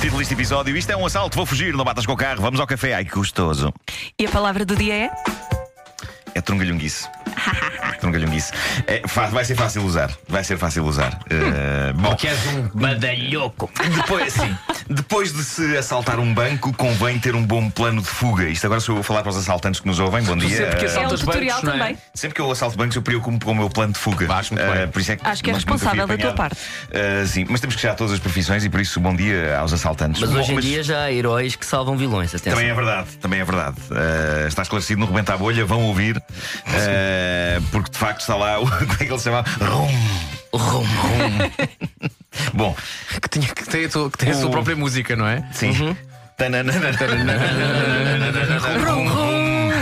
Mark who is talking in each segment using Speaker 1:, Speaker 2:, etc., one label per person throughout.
Speaker 1: título deste episódio. Isto é um assalto, vou fugir, não batas com o carro, vamos ao café. Ai, que gostoso.
Speaker 2: E a palavra do dia é?
Speaker 1: É trungalhunguice. trungalhunguice. É, fa- vai ser fácil usar. Vai ser fácil usar. Eh, bom,
Speaker 3: Que és um badalhoco.
Speaker 1: depois, sim, depois de se assaltar um banco, convém ter um bom plano de fuga. Isto agora sou eu a falar para os assaltantes que nos ouvem. Bom dia.
Speaker 3: sempre que
Speaker 1: Eh,
Speaker 2: É um
Speaker 3: Saltas
Speaker 2: tutorial
Speaker 3: bancos, não é?
Speaker 2: também.
Speaker 1: Sempre que eu assalto bancos, eu preocupo com o meu plano de fuga.
Speaker 3: Vais muito bem.
Speaker 1: Ah, por isso é que
Speaker 2: Acho que é
Speaker 1: nunca fui
Speaker 2: responsável da tua
Speaker 1: apanhado.
Speaker 2: parte.
Speaker 1: Ah, sim, mas temos que chegar a todas as profissões e por isso bom dia aos assaltantes.
Speaker 4: Mas
Speaker 1: Bom,
Speaker 4: hoje em dia já há heróis que salvam vilões, atenção.
Speaker 1: Também é verdade, também é verdade. Ah, está esclarecido no Rebenta a Bolha, vão ouvir, ah, porque de facto está lá o. Como é que ele se chama? Rum.
Speaker 4: Rum, rum.
Speaker 1: Bom,
Speaker 3: Que, tinha, que, tem a tua- que tem a sua
Speaker 1: O-
Speaker 3: própria música, não é?
Speaker 1: sim. Tananana. Rum, rum.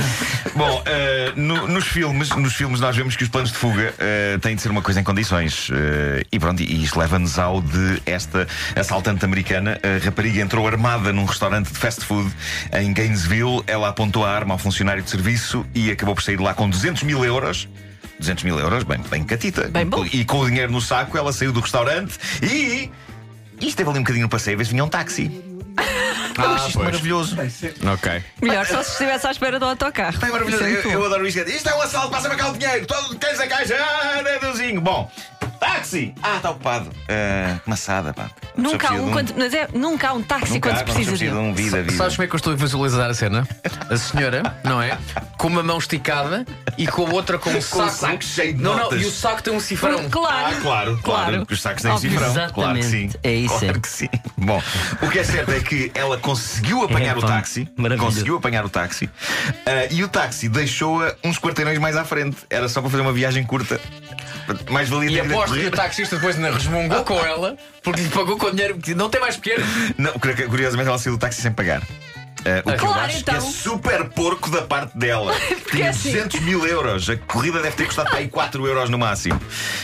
Speaker 1: Bom, ah, no- nos, filmes, nos filmes nós vemos que os planos de fuga ah, têm de ser uma coisa em condições. Ah, e pronto, e isto leva-nos ao de esta assaltante americana. A rapariga entrou armada num restaurante de fast food em Gainesville. Ela apontou a arma ao funcionário de serviço e acabou por sair de lá com 200 mil euros. 200 mil euros, bem, bem catita.
Speaker 2: Bem bom.
Speaker 1: E com o dinheiro no saco, ela saiu do restaurante e. E esteve ali um bocadinho no passeio, vez vinha um táxi.
Speaker 2: Ah,
Speaker 1: Eu achei isto maravilhoso.
Speaker 3: Ok.
Speaker 2: Melhor só se estivesse à espera do autocarro.
Speaker 1: Está maravilhoso.
Speaker 2: Isso é muito
Speaker 1: Eu,
Speaker 2: bom.
Speaker 1: eu adoro isto. Isto é um assalto, passa-me cá o dinheiro. Todo, tens a caixa, ah, né, Deusinho. Bom, táxi. Ah, está ocupado. Ah, que maçada, pá. Só
Speaker 2: Nunca há
Speaker 1: precisa de
Speaker 2: um, quando- mas é, nunca há um táxi
Speaker 1: Nunca
Speaker 2: quando
Speaker 1: há,
Speaker 2: se
Speaker 1: quando
Speaker 2: precisa
Speaker 1: precisa de
Speaker 2: dele.
Speaker 1: um vida, vida.
Speaker 3: Sabes como é que eu estou a visualizar a cena? A senhora, não é? Com uma mão esticada e com a outra com um saco.
Speaker 1: saco cheio de
Speaker 3: não, não,
Speaker 1: notas.
Speaker 3: e o saco tem um cifrão.
Speaker 1: Ah,
Speaker 2: Claro.
Speaker 1: claro, claro,
Speaker 2: Claro.
Speaker 1: que Os sacos têm
Speaker 2: Óbvio.
Speaker 1: cifrão. Claro que sim.
Speaker 4: Exatamente. É isso,
Speaker 1: Claro
Speaker 4: é.
Speaker 1: que sim. Bom, o que é certo é que ela conseguiu apanhar o
Speaker 4: pá,
Speaker 1: táxi.
Speaker 4: maravilhoso.
Speaker 1: Conseguiu apanhar o táxi. ah, e o táxi deixou-a uns quarteirões mais à frente. Era só para fazer uma viagem curta. Mais valia
Speaker 3: E
Speaker 1: ter ido a
Speaker 3: aposto que
Speaker 1: correr.
Speaker 3: o taxista depois ainda resmungou com ela porque lhe pagou com dinheiro que não tem mais pequeno.
Speaker 1: Não, cur- curiosamente ela saiu do táxi sem pagar. Ah, o que eu
Speaker 2: Claro,
Speaker 1: acho que é
Speaker 2: então.
Speaker 1: super porco da parte dela. Tinha
Speaker 2: assim.
Speaker 1: 200 mil euros. A corrida deve ter custado para aí 4 euros no máximo.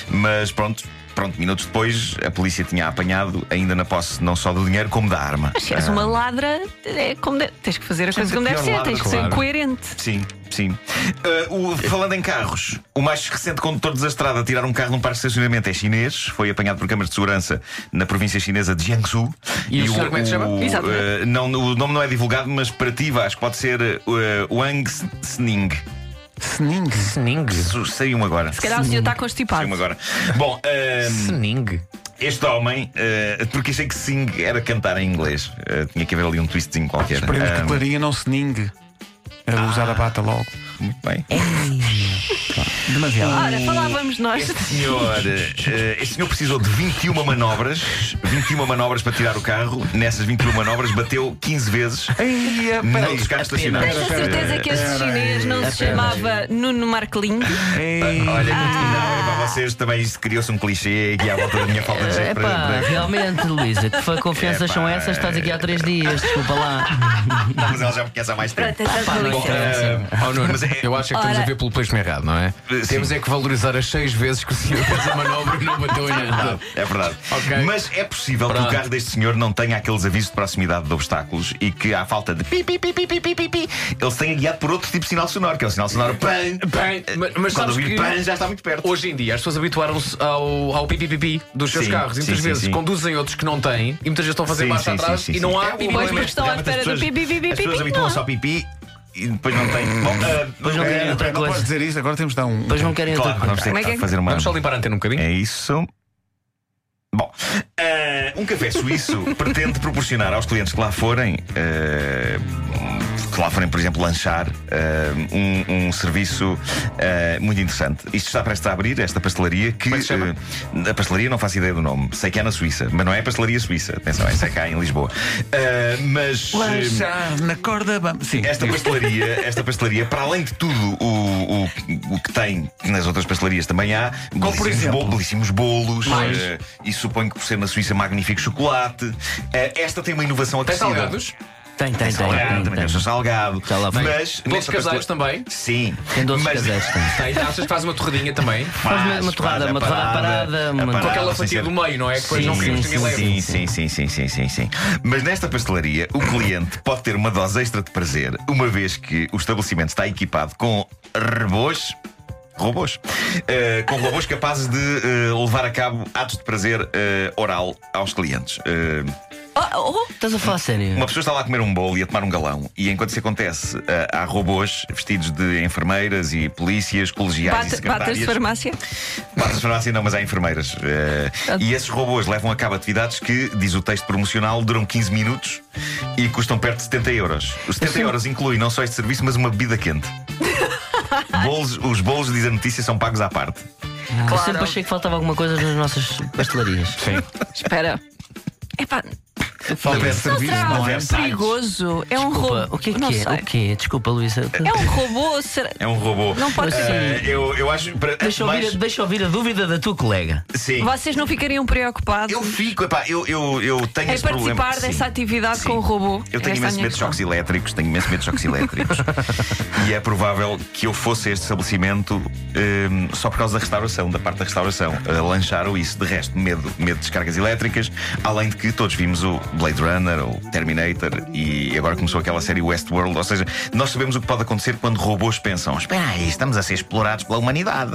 Speaker 1: Mas pronto, pronto, minutos depois a polícia tinha apanhado, ainda na posse não só do dinheiro, como da arma. Eh,
Speaker 2: Se és uma ladra, é como de- tens que fazer a coisa como
Speaker 1: a
Speaker 2: deve
Speaker 1: pior
Speaker 2: ser,
Speaker 1: ladra,
Speaker 2: tens que
Speaker 3: claro.
Speaker 2: ser coerente.
Speaker 1: Sim, sim. Ah, o- falando em carros, o mais recente condutor desastrado a tirar um carro num parque de estacionamento é chinês. Foi apanhado por câmaras de segurança na província chinesa de Jiangsu.
Speaker 3: E o senhor como é que se chama?
Speaker 1: o-
Speaker 2: Exatamente.
Speaker 1: ah, não, o nome não é divulgado, mas para ti, acho que pode ser ah, Wang Sning.
Speaker 3: Sening. Sening.
Speaker 1: Su- Saiu-me um agora.
Speaker 2: Se calhar o senhor está constipado.
Speaker 1: Saiu-me agora. Bom, ah,
Speaker 3: Sening.
Speaker 1: este homem, ah, porque achei que Sing era cantar em inglês. Ah, tinha que haver ali um twistzinho qualquer.
Speaker 5: Esperemos
Speaker 1: Ah,
Speaker 5: que Clarinha não se ningue a usar
Speaker 2: Ah.
Speaker 5: a bata logo.
Speaker 1: muito bem.
Speaker 5: Demasiado.
Speaker 2: Ora, falávamos nós.
Speaker 1: Este senhor, eh, este senhor precisou de 21 manobras, 21 manobras para tirar o carro. Nessas 21 manobras bateu 15 vezes
Speaker 5: Ei, é,
Speaker 1: num
Speaker 2: Hum.
Speaker 5: peraí.
Speaker 1: dos carros
Speaker 4: apenas.
Speaker 1: estacionados.
Speaker 2: Tens a certeza que este chinês não se chamava Nuno Marquelinho?
Speaker 3: é
Speaker 5: Ei,
Speaker 2: Ah,
Speaker 1: Olha, não, é
Speaker 3: Ah.
Speaker 1: para vocês também isto criou-se um clichê aqui à volta da minha falta de jeito é para-
Speaker 4: Epá,
Speaker 1: para-
Speaker 4: realmente, Luísa, que fa- confianças
Speaker 1: Epá, é.
Speaker 4: são essas? Estás aqui há três dias, desculpa lá.
Speaker 1: Não, mas ela já me conhece há mais tempo.
Speaker 2: Pronto, então,
Speaker 4: não
Speaker 2: Luís.
Speaker 1: Eh,
Speaker 3: Oh, Nuno,
Speaker 1: mas é-
Speaker 3: eu acho que estamos
Speaker 2: Ora.
Speaker 3: a ver pelo prisma errado, não é?
Speaker 1: Sim.
Speaker 3: Temos é que valorizar as seis vezes que o senhor fez a manobra e não bateu em nada.
Speaker 1: É verdade.
Speaker 3: Ok.
Speaker 1: Mas é possível que
Speaker 3: Pronto.
Speaker 1: o carro deste senhor não tenha aqueles avisos de proximidade de obstáculos e que, à falta de pi, pi, pi, pi, pi, pi, pi, pi, eles tenham guiado por outro tipo de sinal sonoro, que é o sinal sonoro PAN.
Speaker 3: Bem, mas, mas
Speaker 1: Quando
Speaker 3: sabes
Speaker 1: ouvir
Speaker 3: que
Speaker 1: PAN já está muito perto.
Speaker 3: hoje em dia as pessoas habituaram-se ao, ao pipipipi dos seus
Speaker 1: Sim,
Speaker 3: carros e muitas
Speaker 1: sim, sim,
Speaker 3: vezes
Speaker 1: sim.
Speaker 3: conduzem outros que não têm e muitas vezes estão a fazer
Speaker 1: Sim,
Speaker 3: marcha
Speaker 1: sim,
Speaker 3: atrás
Speaker 1: sim, sim,
Speaker 3: e não
Speaker 1: sim.
Speaker 3: há
Speaker 1: É,
Speaker 3: pipi,
Speaker 2: Pois,
Speaker 3: pipi.
Speaker 2: mas estão à
Speaker 1: Realmente as
Speaker 2: espera
Speaker 1: pessoas-
Speaker 2: do pi, pi, pi, pi,
Speaker 1: As
Speaker 2: pi,
Speaker 1: pessoas
Speaker 2: pi,
Speaker 1: habituam-se
Speaker 2: não.
Speaker 1: ao pipi e depois não têm. Bom, ah,
Speaker 4: Depois não querem outra
Speaker 5: não podes
Speaker 4: coisa.
Speaker 5: dizer isso, agora temos de dar um.
Speaker 4: Depois não querem outra
Speaker 1: claro,
Speaker 4: coisa.
Speaker 1: vamos ter
Speaker 2: Como é
Speaker 1: que
Speaker 2: que é?
Speaker 1: fazer uma.
Speaker 3: Vamos só limpar a antena um bocadinho.
Speaker 1: É isso. Bom, ah, um café suíço pretende proporcionar aos clientes que lá forem. ah, que lá forem, por exemplo, lanchar ah, um, um serviço ah, muito interessante. Isto está prestes a abrir, esta pastelaria que.
Speaker 3: Como é que se chama?
Speaker 1: ah, a pastelaria não faço ideia do nome. Sei que é na Suíça, mas não é a pastelaria suíça. Atenção, essa é cá em Lisboa. Ah, mas.
Speaker 5: Lanchar na corda. bamba. Sim.
Speaker 1: Esta pastelaria, esta pastelaria, para além de tudo o, o, o que tem que nas outras pastelarias também há,
Speaker 5: Como, por exemplo?
Speaker 1: bo- belíssimos bolos,
Speaker 3: Mais.
Speaker 1: eh, e suponho que por ser na Suíça magnífico chocolate. Eh, esta tem uma inovação
Speaker 3: Tem
Speaker 1: acrescida.
Speaker 3: salgados?
Speaker 4: Tem, tem, tem.
Speaker 1: Salgado, também
Speaker 4: tem,
Speaker 1: tem o seu
Speaker 4: tem.
Speaker 1: salgado.
Speaker 4: Já lá vem.
Speaker 1: Mas
Speaker 3: Doces
Speaker 1: nesta
Speaker 3: caseiros
Speaker 1: pastela-
Speaker 3: também?
Speaker 1: Sim.
Speaker 4: Tem doces
Speaker 1: mas-
Speaker 4: caseiros, tem.
Speaker 3: Tem, achas que faz uma torradinha também?
Speaker 4: Faz uma torrada,
Speaker 1: faz a
Speaker 4: uma torrada parada, uma-
Speaker 1: a
Speaker 4: Com
Speaker 3: aquela
Speaker 1: sem
Speaker 3: fatia
Speaker 1: ser-
Speaker 3: do meio, não é? Que depois
Speaker 1: sim,
Speaker 3: não queremos
Speaker 1: sim,
Speaker 3: que ninguém leve.
Speaker 1: sim, sim, sim, sim, sim, sim, sim. Mas nesta pastelaria, o cliente pode ter uma dose extra de prazer, uma vez que o estabelecimento está equipado com robôs. Robôs. eh, com robôs capazes de eh, levar a cabo atos de prazer eh, oral aos clientes. Eh,
Speaker 2: Oh, Oh,
Speaker 4: Estás a falar sério?
Speaker 1: Uma pessoa está lá a comer um bolo e a tomar um galão, e enquanto isso acontece, ah, há robôs vestidos de enfermeiras e polícias, colegiais e
Speaker 2: bate- batas
Speaker 1: secretárias.
Speaker 2: de farmácia?
Speaker 1: Batas de farmácia assim, não, mas há enfermeiras. Eh, e esses robôs levam a cabo atividades que, diz o texto promocional, duram 15 minutos e custam perto de 70 euros. Os 70 euros incluem não só este serviço, mas uma bebida quente. Bolos- os bolos, diz a notícia, são pagos à parte.
Speaker 4: Eu sempre achei que faltava alguma coisa nas nossas pastelarias. Sim.
Speaker 2: Espera. Epá,
Speaker 5: Falta de
Speaker 2: não
Speaker 5: serviço,
Speaker 2: será
Speaker 5: não é?
Speaker 1: Não é?
Speaker 2: perigoso? É um robô.
Speaker 4: o que é
Speaker 2: não
Speaker 4: que é?
Speaker 2: sei.
Speaker 4: O que é? Desculpa, Luísa.
Speaker 2: É um robô? Será...
Speaker 1: É um robô.
Speaker 2: Não pode ser.
Speaker 1: Eh, eu, eu acho. Para, antes de
Speaker 4: Deixa
Speaker 1: mais,
Speaker 4: ouvir, a- deixa ouvir a dúvida da tua colega.
Speaker 1: sim.
Speaker 2: Vocês não ficariam preocupados
Speaker 1: Eu fico, epá, eu, eu, eu tenho
Speaker 2: em
Speaker 1: esse problema.
Speaker 2: É participar
Speaker 1: Sim.
Speaker 2: dessa atividade
Speaker 1: Sim.
Speaker 2: com o robô?
Speaker 1: Eu tenho
Speaker 2: Esta é a
Speaker 1: imenso
Speaker 2: minha
Speaker 1: medo de
Speaker 2: questão.
Speaker 1: choques elétricos, tenho imenso medo de choques elétricos. e é provável que eu fosse a este estabelecimento hum, só por causa da restauração, da parte da restauração. Uh, lancharam isso, de resto, medo, medo de descargas elétricas. Além de que todos vimos o Blade Runner, o Terminator e agora começou aquela série Westworld. Ou seja, nós sabemos o que pode acontecer quando robôs pensam: espera aí, estamos a ser explorados pela humanidade.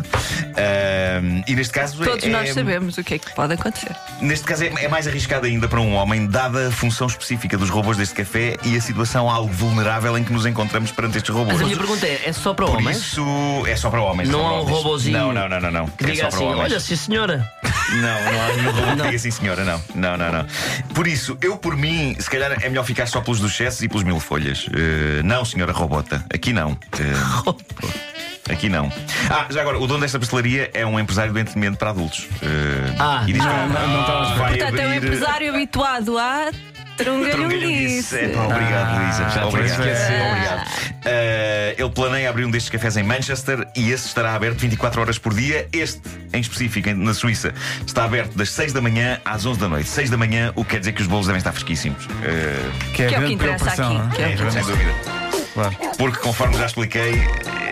Speaker 1: Hum, e neste caso.
Speaker 2: Todos
Speaker 1: é,
Speaker 2: nós sabemos o que é que pode acontecer.
Speaker 1: Neste caso é, é mais arriscado ainda para um homem, dada a função específica dos robôs deste café e a situação algo vulnerável em que nos encontramos perante estes robôs.
Speaker 4: Mas a minha pergunta é: é só para
Speaker 1: Por
Speaker 4: homens?
Speaker 1: isso é só para homens.
Speaker 4: Não
Speaker 1: só
Speaker 4: há
Speaker 1: para
Speaker 4: um
Speaker 1: homens.
Speaker 4: robozinho
Speaker 1: Não, não, não, não. não.
Speaker 4: Que
Speaker 1: é só
Speaker 4: diga
Speaker 1: para
Speaker 4: assim:
Speaker 1: homens.
Speaker 4: olha, sim senhora.
Speaker 1: Não, não há nenhum robô que
Speaker 4: Não.
Speaker 1: diga assim, senhora, não. Não, não, não. Por isso, eu por mim, se calhar é melhor ficar só pelos duchesses e pelos mil folhas. Eh, não, senhora robota. Aqui não. Eh, aqui não. Ah, já agora, o dono desta pastelaria é um empresário do entretenimento para adultos. Eh,
Speaker 4: Ah,
Speaker 1: e diz que
Speaker 5: não, não, não estava à espera.
Speaker 1: vai
Speaker 2: Portanto, é um
Speaker 1: abrir- eh,
Speaker 2: empresário habituado à
Speaker 1: Trungalholice.
Speaker 2: trungalholice.
Speaker 1: Epá, Obrigado,
Speaker 3: já
Speaker 1: Luísa.
Speaker 3: te
Speaker 1: obrigado.
Speaker 3: esqueci.
Speaker 1: obrigado. Eh, ele planeia abrir um destes cafés em Manchester e esse estará aberto 24 horas por dia. Este, em específico, em- na Suíça, está aberto das 6 da manhã às 11 da noite. 6 da manhã, o que quer dizer que os bolos devem estar fresquíssimos. Eh,
Speaker 5: Que
Speaker 2: Que é o
Speaker 5: é a
Speaker 2: que
Speaker 5: grande
Speaker 2: interessa aqui,
Speaker 5: preocupação.
Speaker 2: que
Speaker 5: não
Speaker 1: é, sem dúvida. Porque, conforme já expliquei,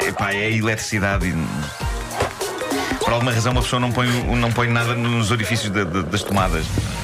Speaker 1: epá, é a eletricidade. e- Por alguma razão, uma pessoa não põe, não põe nada nos orifícios da- da- das tomadas.